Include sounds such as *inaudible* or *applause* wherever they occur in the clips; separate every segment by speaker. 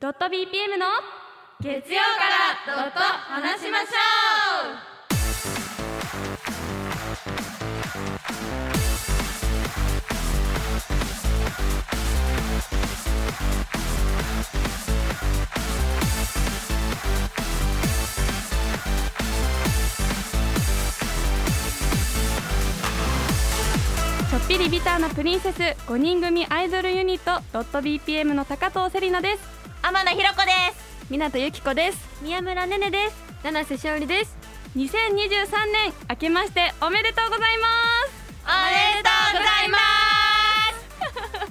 Speaker 1: ドット BPM の
Speaker 2: 月曜からドット話しましょ
Speaker 1: ちょっぴりビターなプリンセス5人組アイドルユニットドット BPM の高藤セリナです
Speaker 2: う天野ひろ子です
Speaker 1: 港由紀子です
Speaker 2: 宮村ねねです七瀬しおりです
Speaker 1: 2023年明けましておめでとうございます
Speaker 2: おめで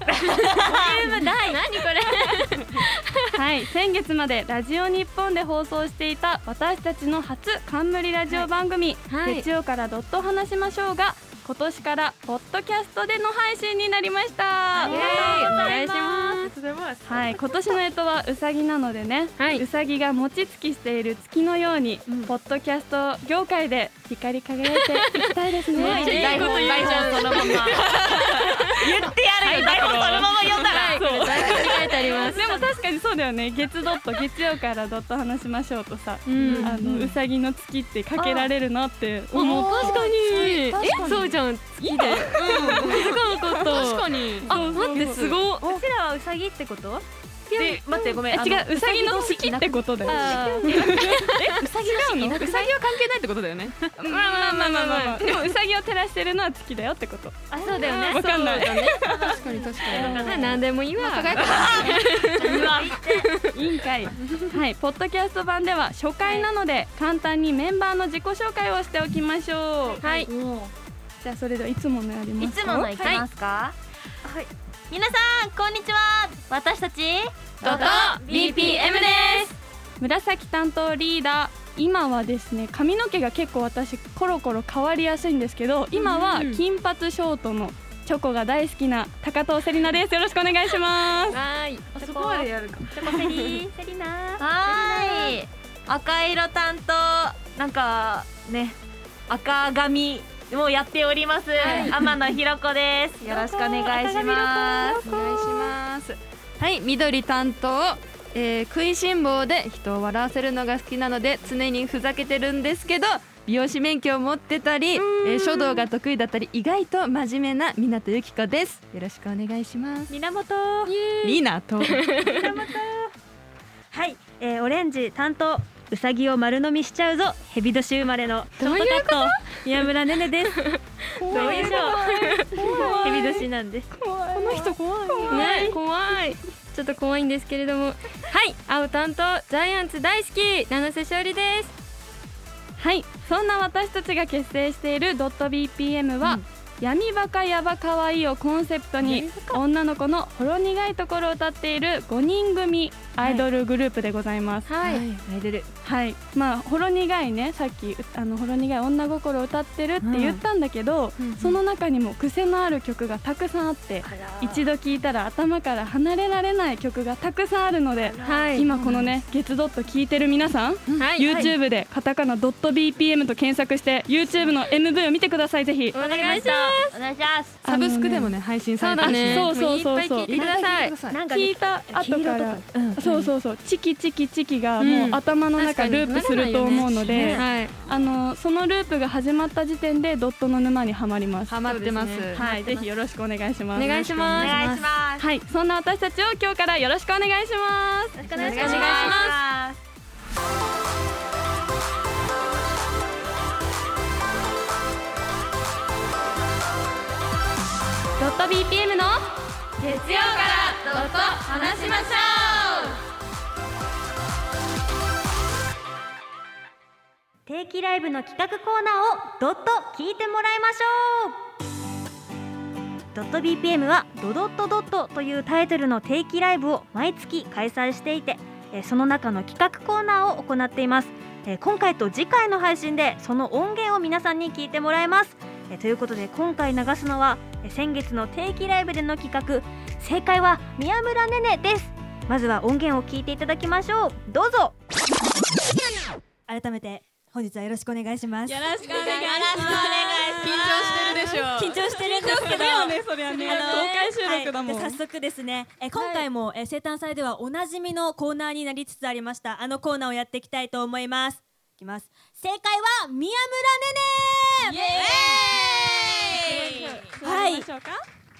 Speaker 2: とうございます何これ
Speaker 1: はい先月までラジオ日本で放送していた私たちの初冠ラジオ番組「
Speaker 2: はいはい
Speaker 1: 月曜からドット話しましょう」が今年からポッドキャストでの配信になりました
Speaker 2: イ
Speaker 1: お
Speaker 2: エ
Speaker 1: めで
Speaker 2: ーイ
Speaker 1: とうございます
Speaker 2: お願
Speaker 3: とうございます
Speaker 1: はい、今年の干支はうさぎなのでね、
Speaker 2: はいう
Speaker 1: さぎが餅つきしている月のように、ポッドキャスト業界で光り輝いていきたいですね。
Speaker 2: い *laughs* ね
Speaker 1: 台本台本
Speaker 3: そのまま。
Speaker 2: *laughs* 言ってやるよ台本そのまま読んだ
Speaker 3: そ
Speaker 2: ら
Speaker 3: う。
Speaker 4: 台本に書いてあります。
Speaker 1: でも確かにそうだよね月ドット月曜からドット話しましょうとさ、
Speaker 4: うん
Speaker 1: あのうさぎの月ってかけられるなって
Speaker 4: あ
Speaker 1: 思っ
Speaker 4: 確かに。え
Speaker 3: 確かに
Speaker 4: そうじゃん。好きで。うん。気づかなかった。確かに。あ、待ってすごっ。
Speaker 2: うちらはウサギってこと
Speaker 3: で、待って、ごめん。
Speaker 1: あ違ううさぎの月ってことだよ
Speaker 3: うさぎ
Speaker 1: 違うの
Speaker 3: うさぎは関係ないってことだ
Speaker 4: *laughs*
Speaker 3: よね。
Speaker 1: まあまあまあまあまあでもうさぎを照らしてるのは月だよってこと
Speaker 2: あそうだよ
Speaker 1: わかんない
Speaker 4: 確かに確かに。なんでもいいわ。
Speaker 1: いいんかいはいポッドキャスト版では初回なので簡単にメンバーの自己紹介をしておきましょうはいじゃあそれではいつものやりま
Speaker 2: い
Speaker 1: す
Speaker 2: つものいき
Speaker 1: はい
Speaker 2: ますかはい皆さんこんにちは私たち
Speaker 4: ドット BPM
Speaker 2: す
Speaker 1: 紫担当リーダー今はですね髪の毛が結構私コロコロ変わりやすいんですけど今は
Speaker 4: うん
Speaker 1: 金髪ショートのチョコが大好きな高藤セリナですよろしくお願いします
Speaker 4: はい。
Speaker 2: あ
Speaker 3: そこまでやるか。
Speaker 2: チョコセリセリナはーい赤色担当なんかね赤髪もやっております、天野ひろ子ですよろしくお願いします
Speaker 4: お願いします。はい、緑担当。えー、食いしん坊で人を笑わせるのが好きなので常にふざけてるんですけど美容師免許を持ってたり、えー、書道が得意だったり意外と真面目な港由紀子ですよろしくお願いします
Speaker 2: 源
Speaker 4: みなと
Speaker 5: はい、えー、オレンジ担当うさぎを丸飲みしちゃうぞ蛇年生まれのショートカット宮村ねねですどうでしょう蛇年なんで
Speaker 1: この人怖い
Speaker 4: ね怖いちょっと怖いんですけれどもはい青担当ジャイアンツ大好き七瀬勝利です
Speaker 1: はい、そんな私たちが結成しているドット BPM は、闇バカヤバ可愛いをコンセプトに女の子のほろ苦いところを歌っている5人組アイドルグループでございます。はい、
Speaker 4: はいアイドル
Speaker 1: まあほろ苦いね、さっきあのほろ苦い女心を歌ってるって言ったんだけど、
Speaker 4: うんうん
Speaker 1: その中にも癖のある曲がたくさんあって、一度聴いたら頭から離れられない曲がたくさんあるので、
Speaker 4: はい
Speaker 1: 今このね月ドット聴いてる皆さん。
Speaker 4: はい
Speaker 1: YouTube でカタカナ .bpm と検索して YouTube の MV を見てくださいぜひ
Speaker 2: お願いしますお願いします
Speaker 1: サブスクでも
Speaker 3: ね、配信
Speaker 4: そうだね
Speaker 1: あそうそうそうそう
Speaker 4: もいっぱい聞いてください
Speaker 5: なんか
Speaker 1: 聞い
Speaker 5: ね
Speaker 1: た後からそうそうそうチキチキチキが
Speaker 4: う
Speaker 1: もうん頭の中
Speaker 4: 確
Speaker 1: ル
Speaker 4: かに
Speaker 1: ープすると思うの
Speaker 4: は
Speaker 1: で
Speaker 4: い
Speaker 1: あのそのループが始まった時点でドットの沼にはまります
Speaker 4: ハマってます
Speaker 3: そうです
Speaker 1: はいぜひよろしくお願いしま
Speaker 4: お
Speaker 1: す
Speaker 4: 願いしま
Speaker 2: お
Speaker 4: す
Speaker 2: 願いします
Speaker 1: はいそんな私たちを今日からよろしくお願いします
Speaker 2: お願いします
Speaker 4: お願いし
Speaker 2: ます
Speaker 1: ドット BPM の
Speaker 2: 月曜からドット話しましょう
Speaker 5: 定期ライブの企画コーナーをどっと聞いてもらいましょうドット BPM は「ドドットドット」というタイトルの定期ライブを毎月開催していてえーその中の企画コーナーを行っていますえー今回と次回の配信でその音源を皆さんに聞いてもらいますえーということで今回流すのはえー先月の定期ライブでの企画「正解は宮村ねね」ですまずは音源を聞いていただきましょうどうぞ改めて本日はよろしくお願いします。
Speaker 2: ろしくお願いし
Speaker 6: 緊張してるでしょ
Speaker 5: 緊張してるんですけど。
Speaker 2: そりゃね
Speaker 5: あの
Speaker 2: 公開収録だもん、
Speaker 5: はいで早速ですね、え今回も、え生誕祭ではおなじみのコーナーになりつつありましたあのコーナーをやっていきたいと思いますいきます正解は宮村ねねはい
Speaker 2: しょうか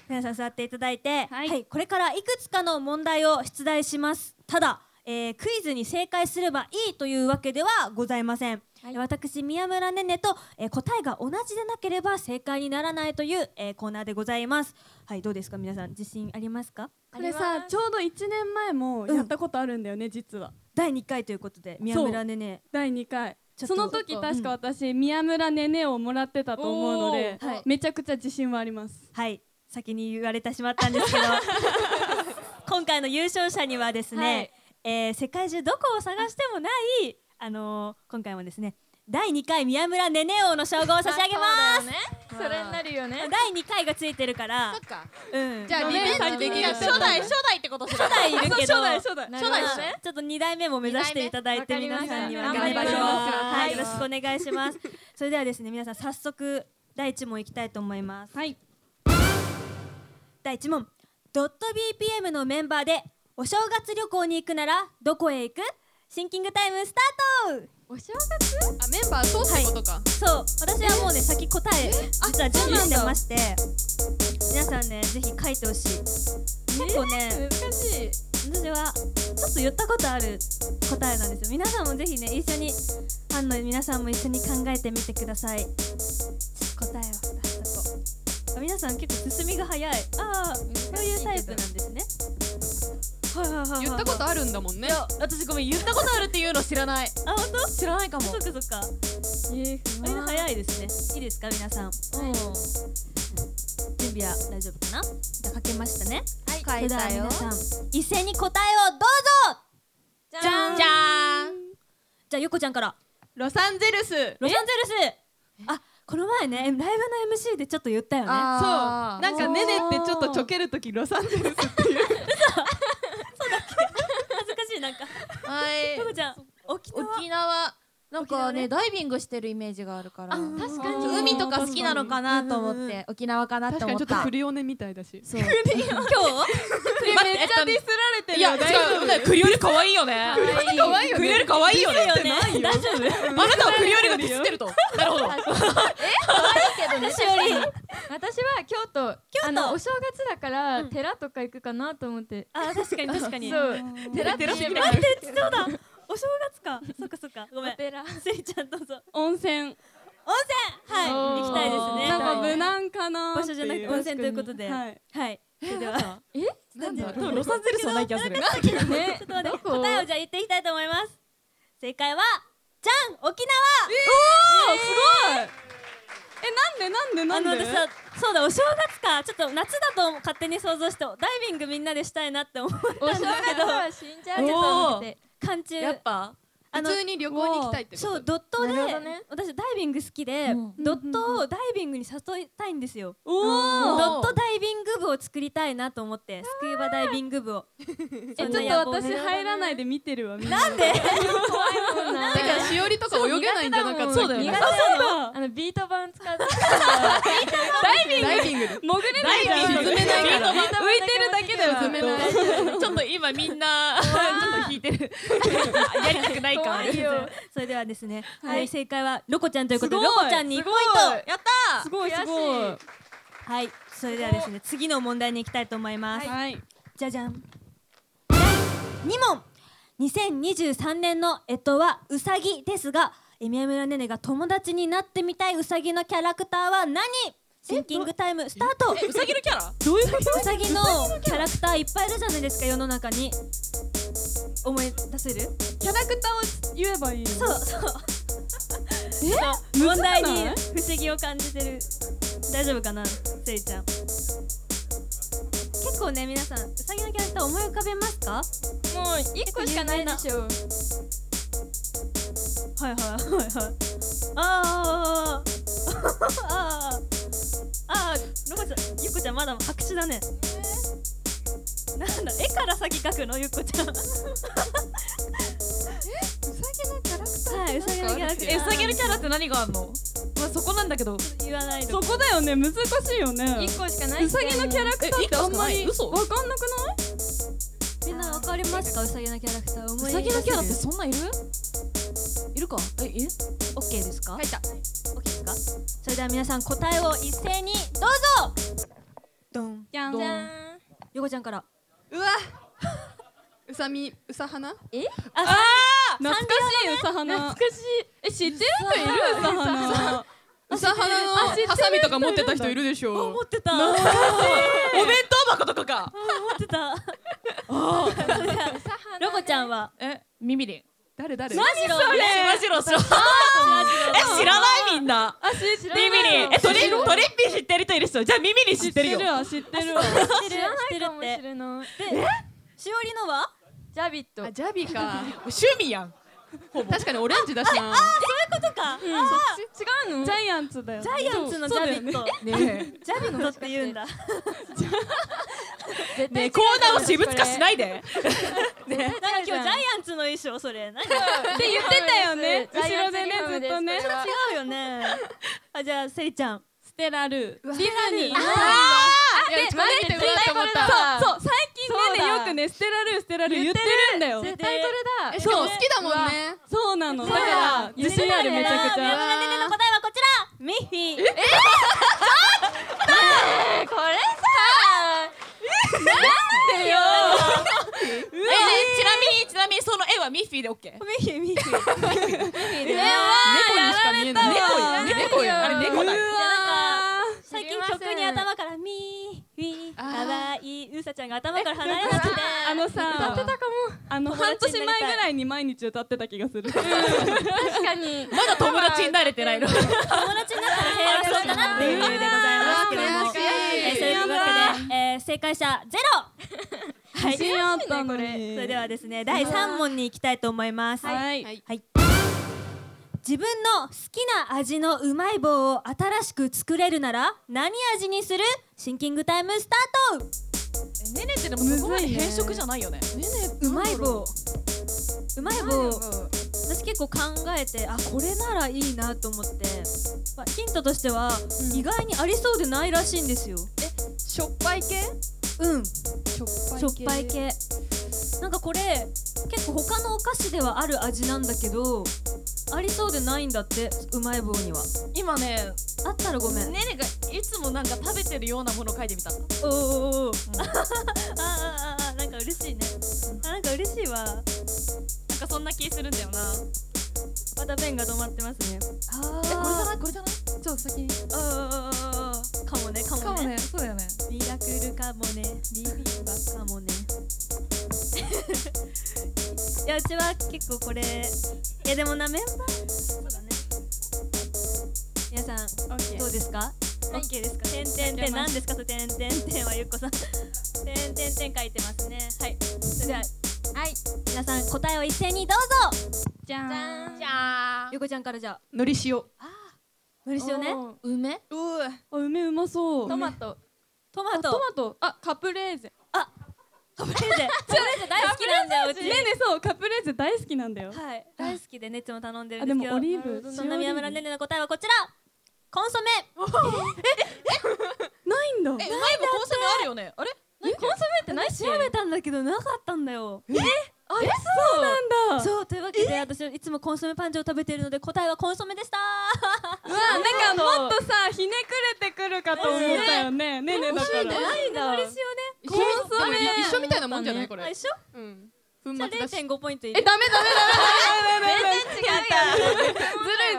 Speaker 5: 皆さん座っていただいて、は、
Speaker 1: はいい
Speaker 5: これからいくつかの問題を出題しますただ、えークイズに正解すればいいというわけではございません、私宮村ねねと、えー答えが同じでなければ正解にならないという、えーコーナーでございますはいどうですか皆さん自信ありますか
Speaker 1: これさちょうど1年前もやったことあるんだよね、実は
Speaker 5: 第2回ということで宮村ねね
Speaker 1: 第2回
Speaker 5: ちょっと
Speaker 1: その時確か私、宮村ねねをもらってたと思うので、
Speaker 5: おーはい
Speaker 1: めちゃくちゃ自信はあります
Speaker 5: はい先に言われてしまったん
Speaker 4: *laughs*
Speaker 5: ですけど今回の優勝者にはですね、えー世界中どこを探してもないあのー今回もですね第2回宮村ねね王の称号を差し上げます、
Speaker 4: それになるよね
Speaker 5: 第2回がついてるから
Speaker 2: そっか
Speaker 5: うん
Speaker 2: じゃあリベンジできる
Speaker 5: 初
Speaker 2: 代初代ってことする
Speaker 5: 初代いるけど
Speaker 2: 初代
Speaker 5: 初代ですねちょっと2代目も目指していただいて
Speaker 4: 二代
Speaker 5: 皆
Speaker 4: 目
Speaker 5: さんには
Speaker 4: わ
Speaker 5: 頑
Speaker 4: か
Speaker 5: 張りまし
Speaker 4: りまし
Speaker 5: ょ
Speaker 4: た
Speaker 5: うはい
Speaker 4: 頑張り
Speaker 5: よろ
Speaker 4: ま
Speaker 5: し
Speaker 4: し
Speaker 5: くお願いしますそれではですね皆さん早速第1問いきたいと思います
Speaker 1: はい
Speaker 5: 第1問ドット BPM のメンバーでお正月旅行に行くならどこへ行くシンキングタイムスタート
Speaker 2: お正月あメンバーそうってことか、
Speaker 5: そう私はもうね先答え実は準備してまして皆さんねぜひ書いてほしい結構ね
Speaker 2: 難しい
Speaker 5: 私はちょっと言ったことある答えなんですよ皆さんもぜひね一緒にファンの皆さんも一緒に考えてみてくださいちょっと答えを出しとこうあ皆さん結構進みが早いああそういうタイプなんですねはいはいはいはい
Speaker 2: 言ったことあるんだもんね私ごめん言ったことあるっていうの知らない
Speaker 5: あ本当
Speaker 2: 知らないかも
Speaker 5: そっかそっか
Speaker 2: え
Speaker 5: あれ早いですねいいですか皆さん、準備は大丈夫かなじゃあ書けましたね
Speaker 4: 書いたよ
Speaker 5: それでは皆さん一斉に答えをどうぞ
Speaker 4: じ
Speaker 5: じゃん
Speaker 4: じゃ
Speaker 5: じゃあゆっこちゃんから
Speaker 2: ロサンゼルス
Speaker 5: ロサンゼルスあこの前ねライブの MC でちょっと言ったよね
Speaker 2: そう
Speaker 4: あー
Speaker 2: なんかねねってちょっとちょけるときロサンゼルスっていう
Speaker 5: 恥ずかしいなんか
Speaker 4: んはい
Speaker 5: ゆっこちゃん沖縄
Speaker 4: 沖縄なんか
Speaker 5: 沖縄ね
Speaker 4: ねダイビングしてるイメージがあるから
Speaker 1: 確かに
Speaker 4: 海とか好きなのかなと
Speaker 5: うん
Speaker 4: 思っ
Speaker 5: うんう
Speaker 4: て沖縄かな
Speaker 2: 確
Speaker 4: と
Speaker 2: かに
Speaker 4: 思っ
Speaker 2: ちょっと
Speaker 4: た
Speaker 2: クリオネみたいだし
Speaker 4: そう
Speaker 5: 今日
Speaker 2: めっちゃディスられてるよ大丈夫
Speaker 4: クリオリ可愛いよね
Speaker 2: 可愛いよね
Speaker 4: 可愛いよ
Speaker 5: だよね大丈夫
Speaker 4: あなたはクリオリがディスってるとなるほど
Speaker 5: しおり
Speaker 7: 私は京都
Speaker 5: 京
Speaker 7: あ
Speaker 5: 都
Speaker 7: のお正月だから、寺とか行くかなと思って
Speaker 5: あ確かに確かに
Speaker 7: そう寺って言えば
Speaker 5: 待ってそうだお正月かそっかそっかごめん
Speaker 7: 寺
Speaker 5: スイちゃんどうぞ
Speaker 1: 温泉
Speaker 5: 温泉はい行きたいですね
Speaker 1: なんか無難かなーっていう
Speaker 5: 場所じゃなく温泉ということで
Speaker 1: はい、
Speaker 5: はいそれでは
Speaker 2: なんだろうロサンゼルスはない気がする
Speaker 5: *laughs*
Speaker 7: ね
Speaker 5: ちょっと待って
Speaker 7: どこ
Speaker 5: 答えをじゃあ言っていきたいと思います正解はじゃん沖
Speaker 1: えなんでな
Speaker 5: 縄、
Speaker 1: んでなん
Speaker 5: あ
Speaker 1: で
Speaker 5: の私はそうだお正月かちょっと夏だと勝手に想像してダイビングみんなでしたいなって思ったん
Speaker 7: お
Speaker 5: です
Speaker 7: 正
Speaker 5: けど
Speaker 7: 月は死んじゃうって思って
Speaker 5: 寒中
Speaker 2: やっぱ
Speaker 5: あ
Speaker 2: 普
Speaker 5: の
Speaker 2: 通に旅行に行きたいってこと
Speaker 5: そうドットで、
Speaker 7: なるほどね
Speaker 5: 私ダイビング好きで、
Speaker 4: うん
Speaker 5: ドットをダイビングに誘いたいんですよ
Speaker 2: お
Speaker 5: ドットダイビング部を作りたいなと思ってスクーバダイビング部を
Speaker 1: えちょっと私入らないで見てるわみんな
Speaker 5: なんで
Speaker 7: そんな
Speaker 2: だからしおりとか泳げないんじゃなかった
Speaker 7: そうだよね
Speaker 5: 苦手なの
Speaker 7: あのビート板使って
Speaker 2: ダイビングで
Speaker 1: 潜れないじゃん
Speaker 2: 沈めないから
Speaker 1: 浮いてるだけだよ
Speaker 2: 沈めないちょっと今みんなちょっと引いてるやりたくない感あ
Speaker 7: 怖
Speaker 2: る
Speaker 7: いよ
Speaker 5: それではですね、は、
Speaker 1: はいい
Speaker 5: 正解はロコちゃんということで、
Speaker 1: す
Speaker 5: ロ
Speaker 1: ごい
Speaker 5: コちゃんに1ポイント。やった
Speaker 1: すごいすごい
Speaker 5: はい、それではですね、次の問題に行きたいと思います。
Speaker 1: はい
Speaker 5: じゃじゃん。二問。2023年の干支はウサギですが、え宮村ねねが友達になってみたいウサギのキャラクターは何？シンキングタイムスタート。
Speaker 2: ウサギのキャラ
Speaker 5: どういうこと？ウサギのキャラクターいっぱいいるじゃないですか世の中に。思い出せる？
Speaker 1: キャラクターを言えばいい
Speaker 5: そう
Speaker 1: の
Speaker 5: そう。え問題に
Speaker 1: む
Speaker 5: 不思議を感じてる。大丈夫かな、せいちゃん。結構ね皆さんウサギのキャラクター思い浮かべますか？
Speaker 7: もう一個しかないでしょ
Speaker 5: はいはいはいはい。あ *laughs* ーあーあーあーあーロコちゃんゆっこちゃんまだ白紙だね。なんだ絵から先描くのゆっこちゃん。
Speaker 2: ウサギのキャラクタ
Speaker 5: はい
Speaker 7: えさげるキャラ
Speaker 3: え下げるキャラって何があんのまあそこなんだけど
Speaker 8: 言わない
Speaker 3: そ
Speaker 8: と
Speaker 3: こだよね難しいよね
Speaker 8: 一個しかない
Speaker 3: ウサギのキャラクターってあんまえ一り個しかない嘘わかんなくない
Speaker 7: みんなわかりますかうさぎのキャラクター思
Speaker 3: ウ
Speaker 7: い
Speaker 3: サギのキャラって
Speaker 7: 出せ
Speaker 3: そんないるいるかえいる
Speaker 7: るオッケーですか
Speaker 8: 書いた
Speaker 7: オッケーですかそれでは皆さん答えを一斉にどうぞ
Speaker 8: じゃん
Speaker 3: どん
Speaker 8: じゃん
Speaker 7: ゆこちゃんから
Speaker 4: うわうさみうさはな
Speaker 3: 懐かしいうさ花懐かしいえ知ってる人いるうさ花
Speaker 4: うさはなのハサミとか持ってた人いるでしょ
Speaker 7: 思ってた思っ
Speaker 3: お弁当箱とかか
Speaker 7: てた *laughs* ロコちゃんは
Speaker 3: え耳で
Speaker 4: 誰誰
Speaker 3: 何それしろしろえ知らないみんな
Speaker 8: 知ら
Speaker 3: 耳にえトリトリッピー知ってる人いるっしょじゃあ耳に知ってるよ
Speaker 1: 知ってる
Speaker 7: 知ってる知
Speaker 8: 知
Speaker 7: っ
Speaker 8: らないかも
Speaker 7: てるっ
Speaker 8: してれない
Speaker 7: しおりのは
Speaker 8: ジャビット
Speaker 4: あジャビか
Speaker 3: 趣味やん
Speaker 4: 確かにオレンジだしな
Speaker 8: 違うの
Speaker 1: ジャイアンツだよね
Speaker 7: ジャイアンツのジャビット
Speaker 3: ね
Speaker 7: ジャビットって言うんだ
Speaker 8: 絶
Speaker 3: え
Speaker 8: 対違
Speaker 3: ね
Speaker 8: う
Speaker 3: えコーナーを私物化しないで
Speaker 7: なんか今日ジャイアンツの衣装それ何
Speaker 1: って言ってたよね
Speaker 8: ジャイ
Speaker 1: 後
Speaker 8: アン
Speaker 1: ろ
Speaker 8: ツ
Speaker 1: でね
Speaker 8: リ
Speaker 1: ず
Speaker 8: ウム
Speaker 1: っ
Speaker 8: です
Speaker 1: とね
Speaker 8: これは
Speaker 7: 違うよねあじゃあセリちゃん
Speaker 1: ステラルーディズニー
Speaker 4: いやマジでうわと思っ
Speaker 1: そうそ
Speaker 4: た
Speaker 1: う最近ねねよくねステラルーステラルー言ってるんだよ
Speaker 7: 絶対これだ
Speaker 4: えしかも好きだもんね
Speaker 1: そうなのだから自信あるめちゃくちゃ
Speaker 7: ねねの答えはこちらミッフィー
Speaker 3: えちなみにちなみにその絵はミッフィーでオッケー
Speaker 7: ミッフィーミッフィー
Speaker 4: 猫にしか見えない
Speaker 3: 猫よあれ猫だよ
Speaker 7: 最近曲に頭からミーミーかわいいうさちゃんが頭から離れなくて
Speaker 1: あのさ歌ってたかもあ
Speaker 7: *laughs*
Speaker 1: の半
Speaker 7: 友達
Speaker 1: 年
Speaker 7: になり
Speaker 1: 前
Speaker 7: たい
Speaker 1: ぐらいに毎日歌ってた気がする
Speaker 8: 確かに
Speaker 3: まだ友達になれてないの
Speaker 1: *laughs*
Speaker 7: 友達になったら平和そうだなっていう理由でございますけれども
Speaker 4: 悔しい
Speaker 7: えーそういうわけで、えー、正解者ゼロはい
Speaker 1: *laughs* 自信あったの
Speaker 7: そ
Speaker 1: に
Speaker 7: れではですね第三問に行きたいと思います、
Speaker 1: はい
Speaker 7: 自分の好きな味のうまい棒を新しく作れるなら何味にするシンキングタイムスタート
Speaker 3: ねねってでもそこまで変色じゃないよねねね
Speaker 7: うまい棒うまい棒私結構考えてあこれならいいなと思って、まあ、ヒントとしては、意外にありそうでないらしいんですよ
Speaker 3: しょっぱい系
Speaker 7: うん
Speaker 3: しょっぱ
Speaker 7: しょっぱい系なんかこれ結構他のお菓子ではある味なんだけどありそうでないんだってうまい棒には
Speaker 3: 今ね
Speaker 7: あったらごめん、
Speaker 3: ねねがいつもなんか食べてるようなものを書いてみた
Speaker 7: おーおーおーあーあーあーなんか嬉しいねあなんか嬉しいわ
Speaker 3: なんかそんな気するんだよな
Speaker 7: またペンが止まってますねあ
Speaker 3: えこれじゃ
Speaker 7: あ
Speaker 3: ないこれじゃないじゃあ先に
Speaker 7: あーかもねかもね
Speaker 3: かもねそうだよね
Speaker 7: ミラクルかもねビビンバかもねいやうちは結構これいやでもなメンバーそうだね皆さんどうですか、オッケーですか点点点何ですかと点点点はゆっこさん点点点書いてますねはいそれでははい皆さん答えを一斉にどうぞ
Speaker 1: じゃーん
Speaker 8: じ
Speaker 3: ゃ
Speaker 7: ゆこちゃんからじゃあ
Speaker 4: のり塩
Speaker 7: 無理しようね
Speaker 8: 梅
Speaker 1: あ梅うまそう
Speaker 8: トマト
Speaker 7: トマ
Speaker 1: ト
Speaker 7: ト
Speaker 1: マトあカプレーゼ
Speaker 7: カプ *laughs* レーゼカプレーゼ大好きなんだようち
Speaker 1: ねねそうカプレーゼ大好きなんだよ
Speaker 7: はい大好きでねいつも頼んでる
Speaker 1: あ
Speaker 7: ん
Speaker 1: で
Speaker 7: ですけ
Speaker 1: も
Speaker 7: ど
Speaker 1: オリーブ
Speaker 7: そ
Speaker 1: 塩オリ
Speaker 7: んな
Speaker 1: ーブ
Speaker 7: 宮村ねねの答えはこちらコンソメ
Speaker 1: ないんだ
Speaker 3: えうまい棒コンソメあるよねあれ
Speaker 7: コンソメってない調べたんだけどなかったんだよ
Speaker 1: そうなんだ
Speaker 7: そうというわけで私はいつもコンソメパンチを食べているので答えはコンソメでした
Speaker 1: うわなんかもっとさひねくれてくるかと思ったよねねねだから
Speaker 7: ないんだ
Speaker 4: 一緒み一緒みたいなもんじゃないこ
Speaker 7: あ
Speaker 4: れ
Speaker 7: 一緒
Speaker 4: うん粉
Speaker 7: じゃ
Speaker 4: 末
Speaker 7: あ
Speaker 4: だし
Speaker 7: 0.5ポイントいる
Speaker 4: えダメダメダ
Speaker 7: 違うよ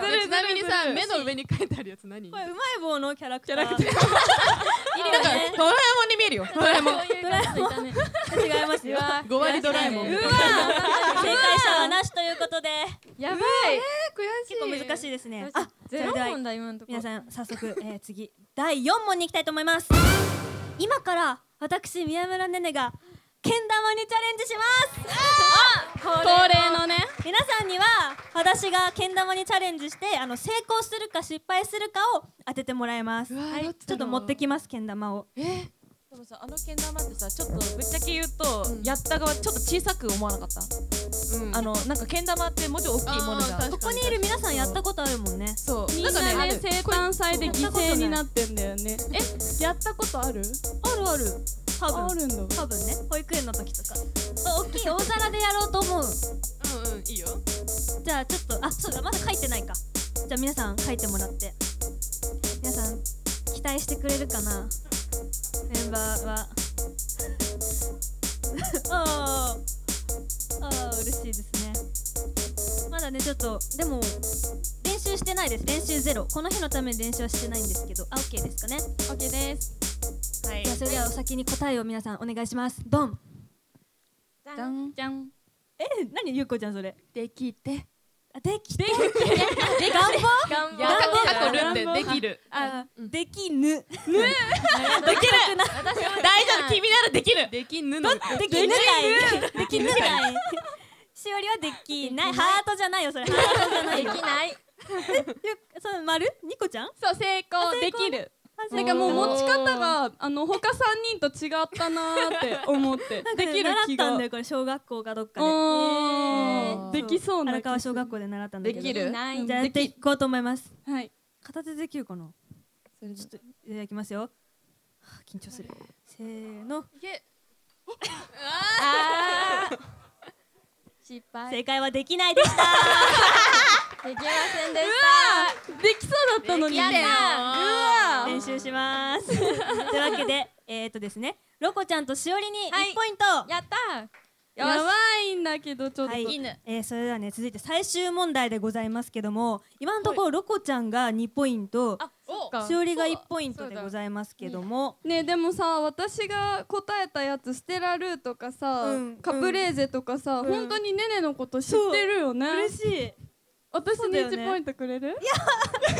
Speaker 4: メちなみにさ目の上に書いてあるやつ何
Speaker 7: これうまい棒のキャラクターいる
Speaker 3: なんかドラえもんに見えるよドラえもん
Speaker 7: ドラえもん違いますよ
Speaker 2: *laughs*
Speaker 3: 5割ドラえもん
Speaker 7: うわ正解者はなしということで
Speaker 8: やばい
Speaker 7: 結構難しいですねあ
Speaker 8: あゼロ問だ今のところ
Speaker 7: 皆さん早速、えー、次 *laughs* 第4問に行きたいと思います今から私宮村ねねがけん玉にチャレンジします
Speaker 1: 恒例のね
Speaker 7: 皆さんには私がけん玉にチャレンジしてあの成功するか失敗するかを当ててもらいますはいちょっと持ってきますけん玉を
Speaker 2: でもさあのけん玉ってさちょっとぶっちゃけ言うと、やった側ちょっと小さく思わなかった、あのなんかけん玉ってもうちょい大きいものじゃん
Speaker 7: ここにいる皆さんやったことあるもんね
Speaker 2: そう
Speaker 1: みんな
Speaker 2: あ
Speaker 1: ね
Speaker 2: る
Speaker 1: 生誕祭で犠牲になってんだよねえやったことある
Speaker 7: あるある多
Speaker 1: あ
Speaker 7: 分
Speaker 1: るんだ
Speaker 7: 多分ね保育園の時とかあ大きい大皿でやろうと思う
Speaker 2: うんうんいいよ
Speaker 7: じゃあちょっとあそうだまだ書いてないかじゃあ皆さん書いてもらって皆さん期待してくれるかなメンバーは *laughs* あーあー嬉しいですねまだねちょっとでも練習してないです練習ゼロこの日のために練習はしてないんですけどあ OK ですかね
Speaker 1: OK です
Speaker 9: はい
Speaker 7: じゃあそれではお先に答えを皆さんお願いしますドン
Speaker 1: じゃんじゃん
Speaker 7: え何ゆうこちゃんそれ
Speaker 1: できて
Speaker 7: あできてでき願
Speaker 1: 頑
Speaker 7: 望
Speaker 2: やったことあるんでできる
Speaker 1: あ
Speaker 7: できぬ。ぬ。で
Speaker 1: 私
Speaker 7: きる。
Speaker 2: 大
Speaker 1: は
Speaker 2: 丈夫君ならできる
Speaker 4: できぬの
Speaker 7: できぬない。できぬない。しおりはできない。ハートじゃないよそれ。ハートじゃな
Speaker 1: で
Speaker 7: いよ。
Speaker 1: きない
Speaker 7: ゆその丸？ニコちゃん？
Speaker 1: そう成功できるなんかもう持ち方があの他三人と違ったなーって思
Speaker 7: *laughs*
Speaker 1: って
Speaker 7: なんか
Speaker 1: で
Speaker 7: ね
Speaker 1: きる
Speaker 7: 習っ
Speaker 1: 気
Speaker 7: たん
Speaker 1: が
Speaker 7: だよこれ小学校かどっかで。
Speaker 1: おー
Speaker 7: そう
Speaker 1: できそうな
Speaker 7: 荒
Speaker 1: 気が
Speaker 7: 川小学校で習ったんだけど。
Speaker 2: できる
Speaker 1: ない
Speaker 7: じゃあやっていこうと思います。
Speaker 1: はい
Speaker 7: 片手できるかな。
Speaker 1: それ
Speaker 7: ちょっといただきますよ。はあ緊張する。せーの。
Speaker 1: *laughs* 失敗で
Speaker 7: 正解はできないでした。
Speaker 1: きません *laughs* でしたできそうだったのに
Speaker 2: やった
Speaker 1: うわ
Speaker 7: 練習します。というわけで、えっとですね、ロコちゃんとしおりに
Speaker 1: はい
Speaker 7: 1ポイント。
Speaker 1: やったやばいんだけどちょっと
Speaker 7: はい
Speaker 2: 犬
Speaker 7: えーそれではね続いて最終問題でございますけども今のところロコちゃんが2ポイント
Speaker 2: お
Speaker 1: か
Speaker 7: しおりが1ポイン
Speaker 1: そ
Speaker 7: ト
Speaker 1: う
Speaker 7: で
Speaker 1: だ
Speaker 7: ございますけども
Speaker 1: ねえでもさ私が答えたやつステラルーとかさ
Speaker 7: うん
Speaker 1: カプレーゼとかさ本当にねねのこと知ってるよね
Speaker 7: 嬉しい
Speaker 1: 私
Speaker 7: そう
Speaker 1: に
Speaker 7: だよね
Speaker 1: 1ポイントくれる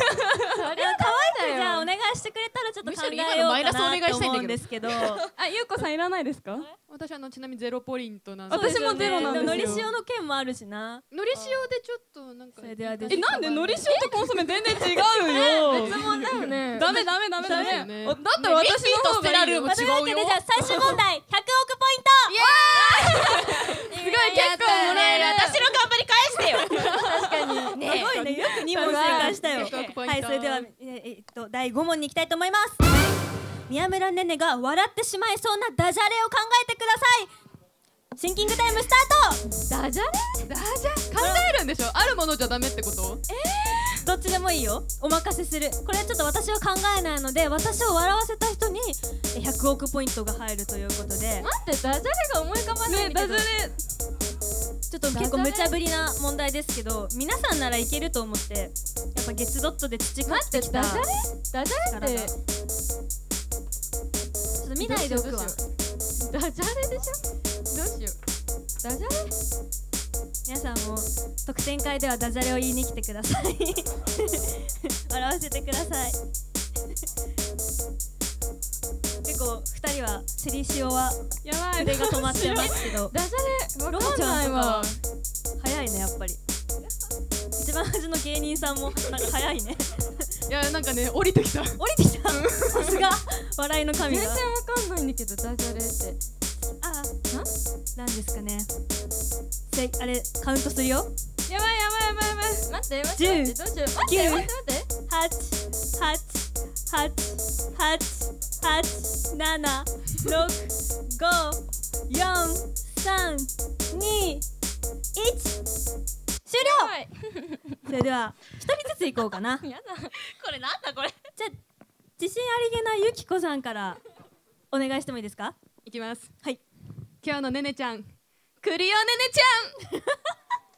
Speaker 7: 可愛くじゃあお願いしてくれたらちょっと
Speaker 2: む
Speaker 7: 考え
Speaker 2: しろ今
Speaker 7: よ
Speaker 2: の
Speaker 7: う
Speaker 2: マイ
Speaker 7: か
Speaker 2: ナスお願い
Speaker 7: なと
Speaker 2: したいんだけど
Speaker 7: 思うんですけど
Speaker 1: あゆうこさんいらないですか
Speaker 4: 私あのちなみにゼロポイントなんで
Speaker 1: 私もゼロなんですよ
Speaker 7: のりしおの件もあるしな
Speaker 4: のりしおでちょっとなんか
Speaker 7: それではです
Speaker 1: えなんでのりしおとコンソメ全然 *laughs* 違うよ問だよねダメダメダメダ
Speaker 4: ダ
Speaker 1: メ
Speaker 4: メ
Speaker 1: だったら私の方
Speaker 2: ステラ
Speaker 1: がいい
Speaker 2: ル
Speaker 1: よ
Speaker 2: ーム
Speaker 7: まあというわ
Speaker 2: 違う
Speaker 7: け
Speaker 2: よ
Speaker 7: でじゃあ最終問題100億
Speaker 1: すごい結構もらえる
Speaker 2: 私の頑張り返してよ
Speaker 7: ポイントすごいねよく2問正解した
Speaker 1: *laughs*
Speaker 7: よ
Speaker 4: 100億ポイント
Speaker 7: はいそれではえーえーっと第5問に行きたいと思います宮村ねねが笑ってしまいそうなダジャレを考えてくださいシンキングタイムスタート
Speaker 4: ダジャレダジャ考えるんでしょあるものじゃダメってこと
Speaker 7: どっちでもいいよお任せするこれはちょっと私は考えないので私を笑わせた人にえ100億ポイントが入るということで
Speaker 1: 待ってダジャレが思い浮かばないんだけど
Speaker 7: ちょっと結構無茶ぶりな問題ですけど皆さんならいけると思ってやっぱ月ドットで培ってきた
Speaker 1: 待ってダジャレダジャレって
Speaker 7: ちょっと見ないでおく
Speaker 1: どう
Speaker 7: わ
Speaker 1: ダジャレでしょどうしようダジャレ
Speaker 7: 皆さんも特典会ではダジャレを言いに来てください *laughs* 笑わせてください *laughs* 結構2人はセリシオは
Speaker 1: やば
Speaker 7: 腕が止まってますけど
Speaker 1: ダジャレわ
Speaker 7: ロ
Speaker 1: か
Speaker 7: マ
Speaker 1: ん
Speaker 7: ち
Speaker 1: な
Speaker 7: ゃん
Speaker 1: い
Speaker 7: とかは
Speaker 1: わ
Speaker 7: 早いねやっぱり一番端の芸人さんもなんか早いね
Speaker 4: *laughs* いやなんかね降りてきた
Speaker 7: 降りてきたさすが笑いの神
Speaker 1: 全
Speaker 7: が
Speaker 1: 然わかんないんだけどダジャレって
Speaker 7: ああなんですかねせあれカウントするよ
Speaker 1: やばいやばいやばいやばい待って待って待ってどうしよう待って
Speaker 7: 九
Speaker 1: 待って待って
Speaker 7: 八八八八八七六五四三二一終了
Speaker 1: はい
Speaker 7: *laughs* それでは一人ずつ行こうか
Speaker 9: *laughs*
Speaker 7: な
Speaker 1: やだ
Speaker 9: これなんだこれ
Speaker 7: じゃあ自信ありげなゆきこさんからお願いしてもいいですか
Speaker 4: いきます
Speaker 7: はい
Speaker 4: 今日のねねちゃんクリオねね
Speaker 7: *laughs*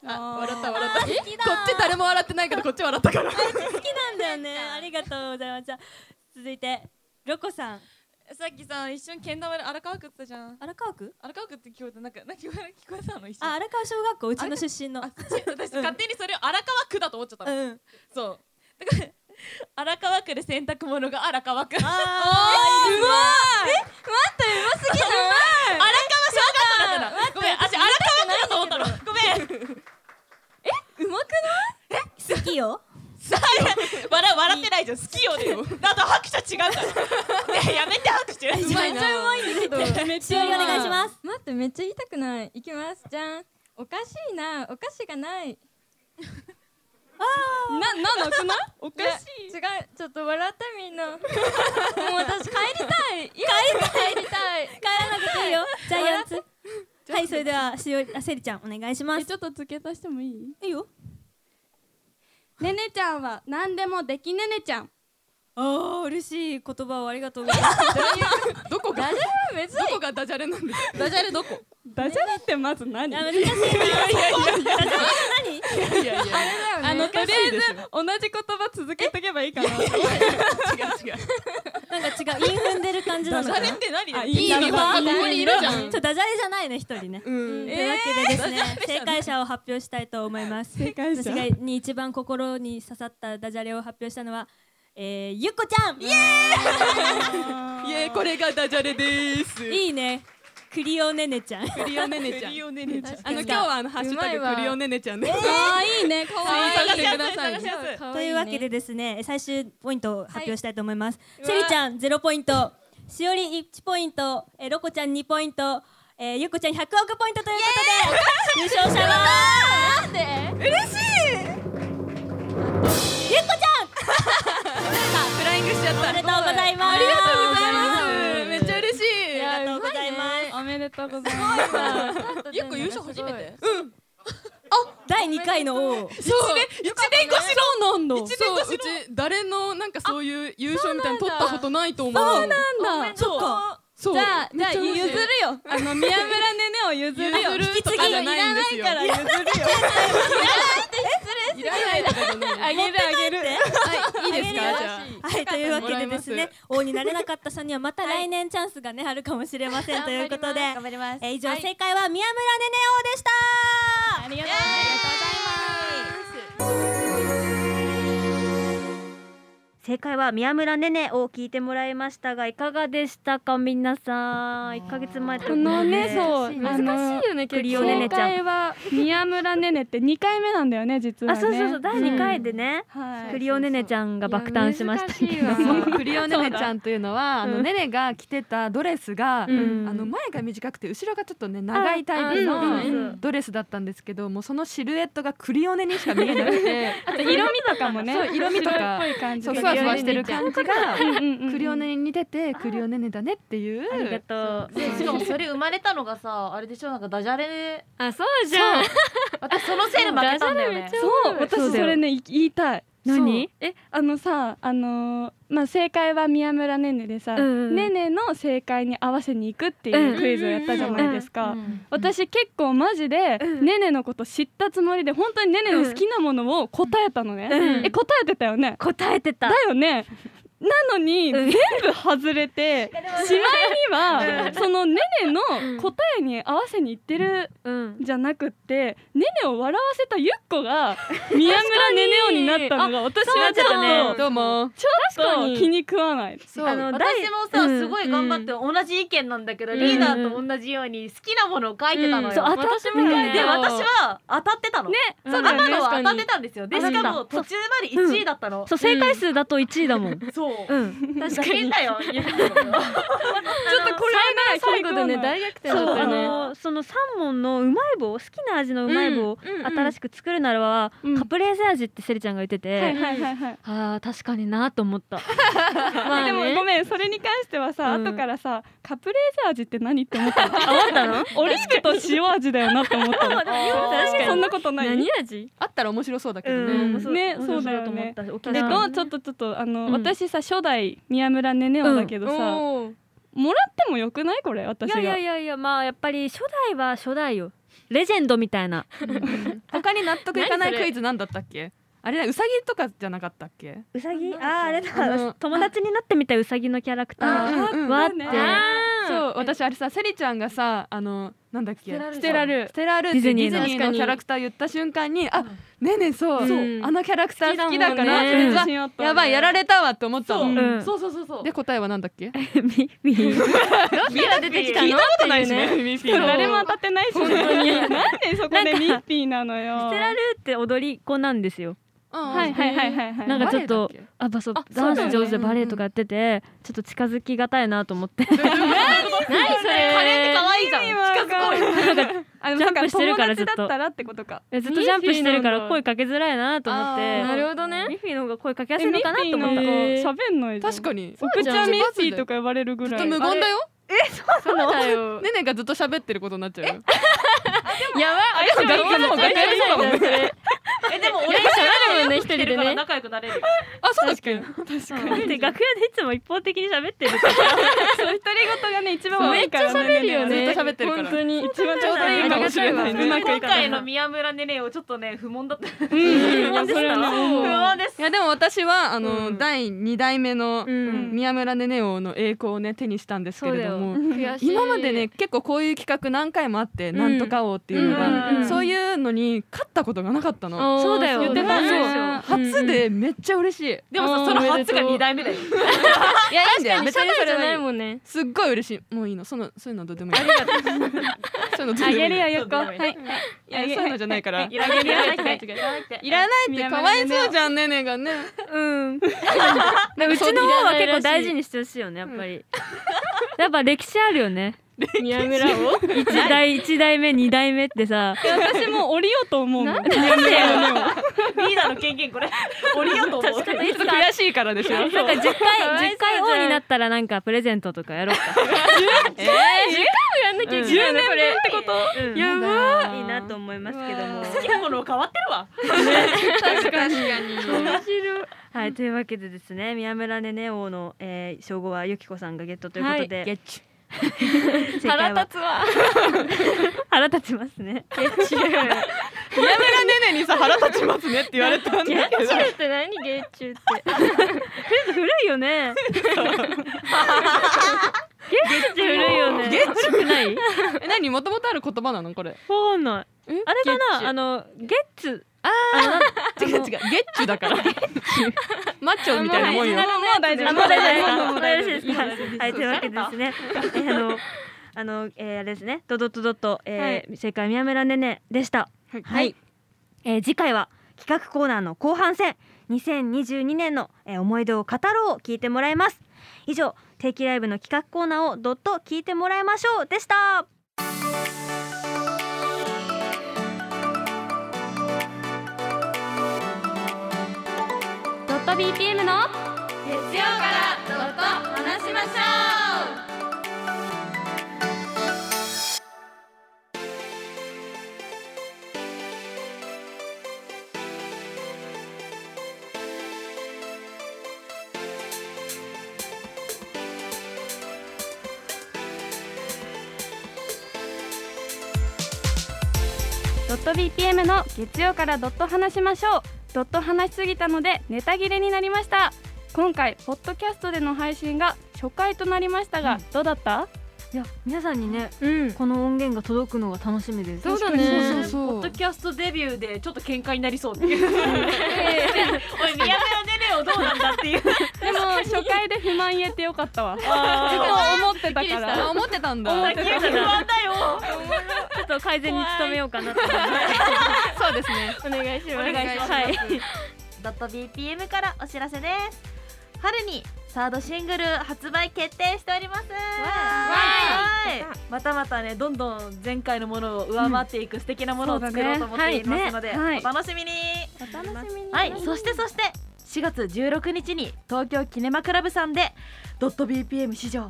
Speaker 4: ちゃんあ笑った笑ったこっち誰も笑ってないけどこっち笑ったから
Speaker 7: 好きなんだよねありがとうございますじゃあ続いてロコさん
Speaker 2: さっきさ一瞬けん玉で荒川区って言ったじゃん
Speaker 7: 荒川区
Speaker 2: 荒川区って聞こえたなんかなんか聞こえ聞こえたの一
Speaker 7: あ
Speaker 2: 瞬
Speaker 7: 荒川小学校うちの出身の
Speaker 2: あち私勝手にそれを荒川区だと思っちゃったの
Speaker 7: うん
Speaker 2: そうだから荒川区で洗濯物が荒川区荒川
Speaker 7: あーうま
Speaker 2: 小学校だったなごめん私荒川区だと思ったのごめん
Speaker 7: 好きよ
Speaker 2: 好笑笑ってないじゃん好きよでもだと拍手違うから *laughs* ねやめて
Speaker 4: *laughs*
Speaker 2: 拍手
Speaker 1: うまいな
Speaker 7: うまいんだけど
Speaker 1: めっ
Speaker 7: 終了お願いし
Speaker 1: す
Speaker 7: ます
Speaker 10: 待ってめっちゃ痛くないいきますじゃんおかしいなお菓子がない
Speaker 1: なななくないおかしい
Speaker 10: 違うちょっと笑ったみんなもう私帰
Speaker 7: *laughs*
Speaker 10: りたい今帰りたい
Speaker 7: 帰らなくていいよジャイアンツはいそれではしおりあせりちゃんお願いしま
Speaker 1: え
Speaker 7: す
Speaker 1: ちょっと付け足してもいい
Speaker 7: いいよ
Speaker 1: ねねちゃんは何でもできねねちゃん
Speaker 7: あー嬉しい言葉 *laughs* をありがとうございます
Speaker 1: どこがどこがダジャレなんですかダジャレどこダジャレってまず何
Speaker 7: あ難しい
Speaker 1: い
Speaker 7: な
Speaker 1: やいやあのとりあえず同じ言葉続けとけばいいかな違う違う
Speaker 7: なんか違う韻踏んでる感じなのかな
Speaker 2: て何
Speaker 1: あいいの
Speaker 7: あ
Speaker 1: ここにいるじゃ
Speaker 7: ちょ
Speaker 1: ん
Speaker 7: っとダジャレじゃないね一人ね、うんというわけでですね、正解者を発表したいと思います
Speaker 1: 正解者
Speaker 7: 私がに一番心に刺さったダジャレを発表したのは、えー、ゆっこちゃんイエ
Speaker 1: いえこれがダジャレです
Speaker 7: ーイいいねクリオネネちゃん
Speaker 1: クリオネネちゃん
Speaker 2: オネネちゃん
Speaker 1: あの今日はあのハッシュタ
Speaker 10: うまい
Speaker 1: グ
Speaker 10: わ
Speaker 1: クリオネネちゃんで
Speaker 10: あ
Speaker 1: す
Speaker 10: ーいいね可愛い
Speaker 1: 探してくださいね
Speaker 7: というわけでですね最終ポイントを発表したいと思います、セリちゃんゼロポイントしおり1ポイントえーロコちゃん2ポイントえー、ゆっこちゃん100億ポイントということで優勝者はなんで
Speaker 1: *laughs*
Speaker 7: 嬉しいゆっこちゃん
Speaker 1: フライングしちゃっ
Speaker 7: おめでとうございますあ
Speaker 1: あ
Speaker 7: り
Speaker 1: りがとうございますめっちゃ嬉しい
Speaker 7: ありがとうございます
Speaker 10: おめでとうございます
Speaker 11: ゆっこ優勝初めて
Speaker 7: 第2回の王
Speaker 1: 一年一年越しのなんだそうう
Speaker 2: 年越しの
Speaker 1: ち誰のなんかそういう優勝みたいなの取ったことないと思うそ
Speaker 10: な
Speaker 1: う
Speaker 10: んだ
Speaker 7: そっか
Speaker 1: そう
Speaker 10: じゃあじゃあ譲るよ
Speaker 1: あの宮村ねねを譲るよ
Speaker 7: 引き
Speaker 1: と
Speaker 7: 継ぎ
Speaker 1: かじゃないんですよ
Speaker 7: いらない
Speaker 1: い
Speaker 7: から
Speaker 1: らないとかじゃない
Speaker 10: あげるあげる
Speaker 1: いいですかじゃあ
Speaker 7: はいというわけでです
Speaker 1: もらえ
Speaker 7: ね王になれなかったさんにはまた来年チャンスがねあるかもしれませんということで
Speaker 10: 張ります
Speaker 7: えー以上正解は宮村ねね王でした
Speaker 10: ありがとう
Speaker 5: 正解は宮村ねねを聞いてもらいましたがいかがでしたか皆さん一ヶ月前と
Speaker 1: このね
Speaker 5: う
Speaker 1: そう
Speaker 10: 難しいよね
Speaker 5: クリオネ
Speaker 1: 正
Speaker 5: ネちゃん
Speaker 1: 解は宮村ねねって二回目なんだよね実は
Speaker 5: あ
Speaker 1: ね
Speaker 5: そうそうそう第二回でね、
Speaker 1: はい
Speaker 5: クリオネネちゃんが爆誕しましたけど
Speaker 10: いや難しいわ
Speaker 4: クリオネネちゃんというのはあのネネが着てたドレスが、
Speaker 5: うん
Speaker 4: あの前が短くて後ろがちょっとね長いタイプ
Speaker 5: あそうそう
Speaker 4: のドレスだったんですけどもうそのシルエットがクリオネにしか見えなくて
Speaker 1: あと色味とかもね
Speaker 4: そう色味とか
Speaker 1: 白っぽい感じ
Speaker 4: そう
Speaker 1: で
Speaker 4: ふわふわしてる感じがク
Speaker 1: ク
Speaker 4: リオネに似ててクリオネネだねってい
Speaker 5: ありが
Speaker 4: う
Speaker 5: とう
Speaker 2: しかもそれ生まれたのがさあれでしょなんかダジャレで
Speaker 10: あそうじゃん
Speaker 2: 私そのせいで負けたんだよね
Speaker 1: そう私それねい言いたい
Speaker 5: 何
Speaker 1: えあのさあのーまあ正解は宮村ねねでさ、
Speaker 5: うんうん
Speaker 1: ねねの正解に合わせに行くっていうクイズをやったじゃないですか、私結構マジで、ねねのこと知ったつもりで本当にねねの好きなものを答えたのね、
Speaker 5: うん
Speaker 1: え答えてたよね
Speaker 5: 答えてた
Speaker 1: だよねなのに全部外れて、しまいにはそのねねの答えに合わせに行ってる
Speaker 5: うん
Speaker 1: じゃなくってねねを笑わせたゆっこが宮村ねねおになったのが私はちょっ
Speaker 5: そうだね
Speaker 1: と
Speaker 4: どうも
Speaker 1: ちょっと気に食わない
Speaker 4: そう
Speaker 5: あの
Speaker 2: 私もさ、
Speaker 5: うん
Speaker 2: すごい頑張って同じ意見なんだけど、
Speaker 1: ん
Speaker 2: リーダーと同じように好きなものを書いてたのよ、
Speaker 5: そう当たってたね
Speaker 2: で私は当たってたの、ね、
Speaker 1: そう
Speaker 2: そう
Speaker 1: だよ
Speaker 2: 天
Speaker 1: ね
Speaker 2: 野は当たってたんですよで
Speaker 5: 確か
Speaker 2: し
Speaker 5: に
Speaker 2: かも途中まで1位だったの、
Speaker 5: そう正解数だと一位だもん
Speaker 2: そう、
Speaker 5: うん
Speaker 2: 確かにだよゆっこ
Speaker 1: ちょっとこれはね
Speaker 10: 最後でね
Speaker 1: 気に食わない
Speaker 10: 大逆転
Speaker 5: そ
Speaker 10: だっ
Speaker 5: う
Speaker 10: た
Speaker 5: あ
Speaker 10: ね
Speaker 5: のその三問のうまい棒好きな味のうまい棒を新しく作るならば、
Speaker 1: うん
Speaker 5: カプレーゼ味ってセリちゃんが言ってて、
Speaker 1: はいはいはいはい
Speaker 5: あー確かになと思ったまあ
Speaker 1: でも
Speaker 5: ね
Speaker 1: ごめんそれに関してはさ
Speaker 5: うん
Speaker 1: 後からさカプレーゼ味って何って思ったの
Speaker 5: あ思ったの
Speaker 1: *laughs* オリーブと塩味だよなって思ったの確
Speaker 5: かに
Speaker 1: そんなことない
Speaker 5: 何味
Speaker 4: あったら面白そうだけどね、
Speaker 5: うんそう
Speaker 1: ね
Speaker 5: 面
Speaker 1: そ
Speaker 5: 白
Speaker 1: うだよね
Speaker 5: と思った沖
Speaker 1: でど
Speaker 5: 縄
Speaker 1: うちょっとちょっとあの、
Speaker 5: うん
Speaker 1: 私さ初代宮村ねねおだけどさ、
Speaker 4: おー
Speaker 1: もらってもよくないこれ私
Speaker 5: い
Speaker 1: が
Speaker 5: やいやいやいやまあやっぱり初代は初代よレジェンドみたいな
Speaker 4: 他に納得いかない
Speaker 2: 何それ
Speaker 4: クイズなんだったっけあれだウサギとかじゃなかったっけ
Speaker 5: うさぎあーあれだ
Speaker 4: あの
Speaker 5: 友達になってみたうさぎのキャラクター
Speaker 4: うんうん
Speaker 5: わっ
Speaker 1: ね
Speaker 5: て
Speaker 4: そう私あれさセリちゃんがさあのなんだっけ
Speaker 1: 捨てられる
Speaker 4: ステラルっ
Speaker 5: デ
Speaker 4: てデ
Speaker 5: ィズニー
Speaker 4: ィ
Speaker 5: の
Speaker 4: ズニーのキャラクター言った瞬間にあねえねえそう
Speaker 5: そう
Speaker 4: あのキャラクター好きだから
Speaker 5: 好きだもんね
Speaker 4: それはやばいやられたわって思った
Speaker 1: そう
Speaker 4: の
Speaker 5: うん
Speaker 2: そうそうそうそう
Speaker 4: で答えはなんだっけ
Speaker 5: みみ
Speaker 2: ミラ出てきた
Speaker 4: 聞いたことないしねミッフィーの
Speaker 1: 誰も当たってないし、ね、なんでそこでミッフィーなのよ
Speaker 5: ステラルーって踊り子なんですよ
Speaker 4: う
Speaker 8: はいはいはいはいはい
Speaker 12: なんかちょっと
Speaker 4: バレエだけ
Speaker 12: あばそう
Speaker 8: あそうだよね
Speaker 12: ダンス上手でバレエとかやっててちょっと近づきがたいなと思って
Speaker 2: 何それカレーって可愛いじゃん
Speaker 1: *laughs*
Speaker 8: あで
Speaker 12: ジャンプしてるからずっと
Speaker 8: 友達だったらってことか
Speaker 12: えずっとジャンプしてるか
Speaker 8: ミッフィーなんだ
Speaker 12: ら声かけづらいなと思って
Speaker 13: なるほどね
Speaker 12: ミッフィーの方が声かけやすいのかなと思っ
Speaker 8: えミッフィ
Speaker 12: て
Speaker 8: ーなんか喋んないじゃん
Speaker 4: 確かに
Speaker 8: おくちゃミッフィーとか呼ばれるぐ
Speaker 4: ずっ
Speaker 8: ら
Speaker 4: と
Speaker 8: い
Speaker 4: 無言だよ
Speaker 12: そうだよ
Speaker 4: ねねがずっと喋ってることになっちゃうよ
Speaker 12: やばいでも学校でも学校でも
Speaker 2: えでも俺
Speaker 12: いや喋るもんね
Speaker 2: 一人で
Speaker 12: 一人でね
Speaker 2: 仲良くなれる
Speaker 4: あそうだっけ
Speaker 12: だって楽屋でいつも一方的に喋ってる
Speaker 8: そう独り言がね一番多いからね
Speaker 12: めっちゃ喋るよ
Speaker 8: ね
Speaker 12: ね
Speaker 4: ずっと喋ってるから
Speaker 8: 本当に一番ちょうどいいかもしれないねうまくい
Speaker 2: 今
Speaker 8: かない
Speaker 2: 回の宮村ねねをちょっとね不問だった不
Speaker 8: うんいやそれはね
Speaker 2: 問です
Speaker 4: いやでも私はあの、第二代目の
Speaker 12: ん
Speaker 4: 宮村ねね王の栄光をね手にしたんですけれども、
Speaker 13: 悔しい
Speaker 4: 今までね結構こういう企画何回もあって、なんとか王っていうのが、
Speaker 12: うん
Speaker 4: そういうのに勝ったことがなかったの、
Speaker 12: そうだよ
Speaker 8: 言ってたね
Speaker 4: 初でめっちゃ嬉しい、
Speaker 2: でもさその初が二代目だよ
Speaker 4: いやいいんだよ
Speaker 13: 初
Speaker 4: 別にそ
Speaker 13: 代じ
Speaker 4: れ
Speaker 13: ゃ
Speaker 4: は
Speaker 13: ないい
Speaker 4: い
Speaker 13: もんね
Speaker 4: すっごい嬉しいもういいのその *laughs* そういうのどうでもいいそういうのどう
Speaker 8: あ
Speaker 4: でもいい
Speaker 8: げるよよこ
Speaker 2: そう
Speaker 8: は
Speaker 2: だ
Speaker 8: い
Speaker 2: ね
Speaker 4: いやそういうのじゃないから
Speaker 2: いらないいらないいらないいらない
Speaker 4: いらないってかわいそうじゃんねねがね
Speaker 12: うん。でもうちの方は結構大事にしてほしいよね、やっぱり。やっぱ歴史あるよね。宮村を一代一代目二代目ってさ、
Speaker 8: 私もう降りようと思うもん
Speaker 1: *laughs*
Speaker 13: なん
Speaker 2: リーダーの権限これ俺やと思う
Speaker 12: いつか
Speaker 4: 悔しいからでしょ
Speaker 12: なん *laughs* か十回十回王になったらなんかプレゼントとかやろうか。
Speaker 13: やんなきゃいけ
Speaker 12: うん
Speaker 13: ない
Speaker 12: 10
Speaker 13: これ
Speaker 12: や
Speaker 4: ば
Speaker 5: いいなと思いますけども
Speaker 2: 好きなもの変わってるわ
Speaker 4: 確かに
Speaker 5: はいというわけでですね宮村ねね王の、えー、称号はゆきこさんがゲットということで、正解は
Speaker 13: 腹立つ
Speaker 12: *laughs*
Speaker 13: わ
Speaker 5: 腹立ちますね
Speaker 4: 宮村ねねにさ腹立ちますねって言われたんだけど
Speaker 13: ゲッチュって何ゲッチュって
Speaker 5: 古いよね
Speaker 12: めっちゃ古いよね。
Speaker 4: ゲッチ
Speaker 12: 古くない？
Speaker 4: え何もともとある言葉なのこれ
Speaker 12: わかんない。あれかなあのゲッツあの
Speaker 4: 違う違うゲッチュだからマッチョみたいなもんよ
Speaker 8: もう大丈夫
Speaker 5: あもう大丈夫
Speaker 8: も
Speaker 5: も
Speaker 8: う
Speaker 5: う
Speaker 8: 大
Speaker 5: 大
Speaker 8: 丈夫
Speaker 5: 丈夫ですかはいというわけでですねえーあのあの、えー、あれですねドドドドと、えー正解宮村ねねでしたはい、えー次回は企画コーナーの後半戦2022年の、えー思い出を語ろうを聞いてもらいます以上定期ライブの企画コーナーをドット聞いてもらいましょうでした
Speaker 13: ドット BPM の月曜からドット話しましょ
Speaker 1: ドット BPM の月曜からドット話しましょうドット話しすぎたのでネタ切れになりました今回ポッドキャストでの配信が初回となりましたが、どうだった
Speaker 5: いや皆さんにね
Speaker 13: ううん
Speaker 5: この音源が届くのが楽しみです
Speaker 13: そうだ
Speaker 4: そう
Speaker 13: ね
Speaker 4: *laughs* そうそ
Speaker 2: ポッ
Speaker 4: う
Speaker 2: ドキャストデビューでちょっと喧嘩になりそうっていう *laughs* おい宮村ねねをどうなんだっていう
Speaker 8: でも初回で不満言えてよかったわずっと思ってたか
Speaker 4: あ
Speaker 8: ら
Speaker 4: 思ってたん
Speaker 2: 不
Speaker 4: だ
Speaker 2: 安だよ
Speaker 12: ちょっと改善に努めようかなと思います。
Speaker 4: そうですね
Speaker 13: お願いし
Speaker 2: お
Speaker 13: ま
Speaker 2: 願
Speaker 13: す
Speaker 2: いします、
Speaker 12: はい
Speaker 2: ドット BPM からお知らせです春にサードシングル発売決定しておりますはいまたまたねどんどん前回のものを上回っていく素敵なものを作ろうと思っていますので、
Speaker 8: ねはい
Speaker 2: お楽しみに、
Speaker 13: お楽しみに
Speaker 2: はい、そしてそして4月16日に東京キネマクラブさんでドット BPM 史上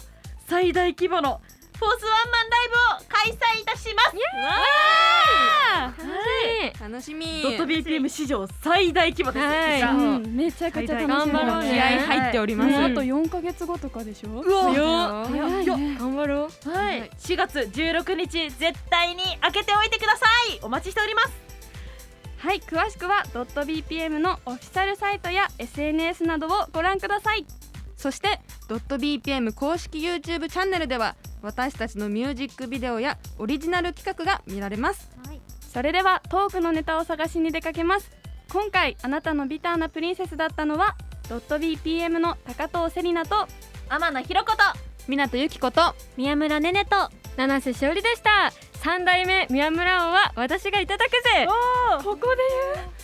Speaker 2: 最大規模のフォースワンマンライブを開催いたします
Speaker 4: 楽しみ
Speaker 2: ドット BPM 史上最大規模です、
Speaker 13: はい
Speaker 2: じゃあ
Speaker 8: うんめちゃくちゃ楽しみだ
Speaker 13: 頑張ろうね
Speaker 4: 気合入っております
Speaker 8: もうあと4ヶ月後とかでしょ
Speaker 2: わ
Speaker 8: 早いね
Speaker 13: 頑張ろう
Speaker 2: はい、4月16日絶対に開けておいてくださいお待ちしております
Speaker 1: はい詳しくはドット BPM のオフィシャルサイトや SNS などをご覧ください
Speaker 4: そしてドット .bpm 公式 YouTube チャンネルでは私たちのミュージックビデオやオリジナル企画が見られます
Speaker 1: それではトークのネタを探しに出かけます今回あなたのビターなプリンセスだったのはドット BPM の高藤セリナと
Speaker 2: 天野ひろこと
Speaker 4: 港由紀子と
Speaker 5: 宮村ねねと
Speaker 13: 七瀬しおりでした三代目宮村王は私がいただくぜ
Speaker 2: ここで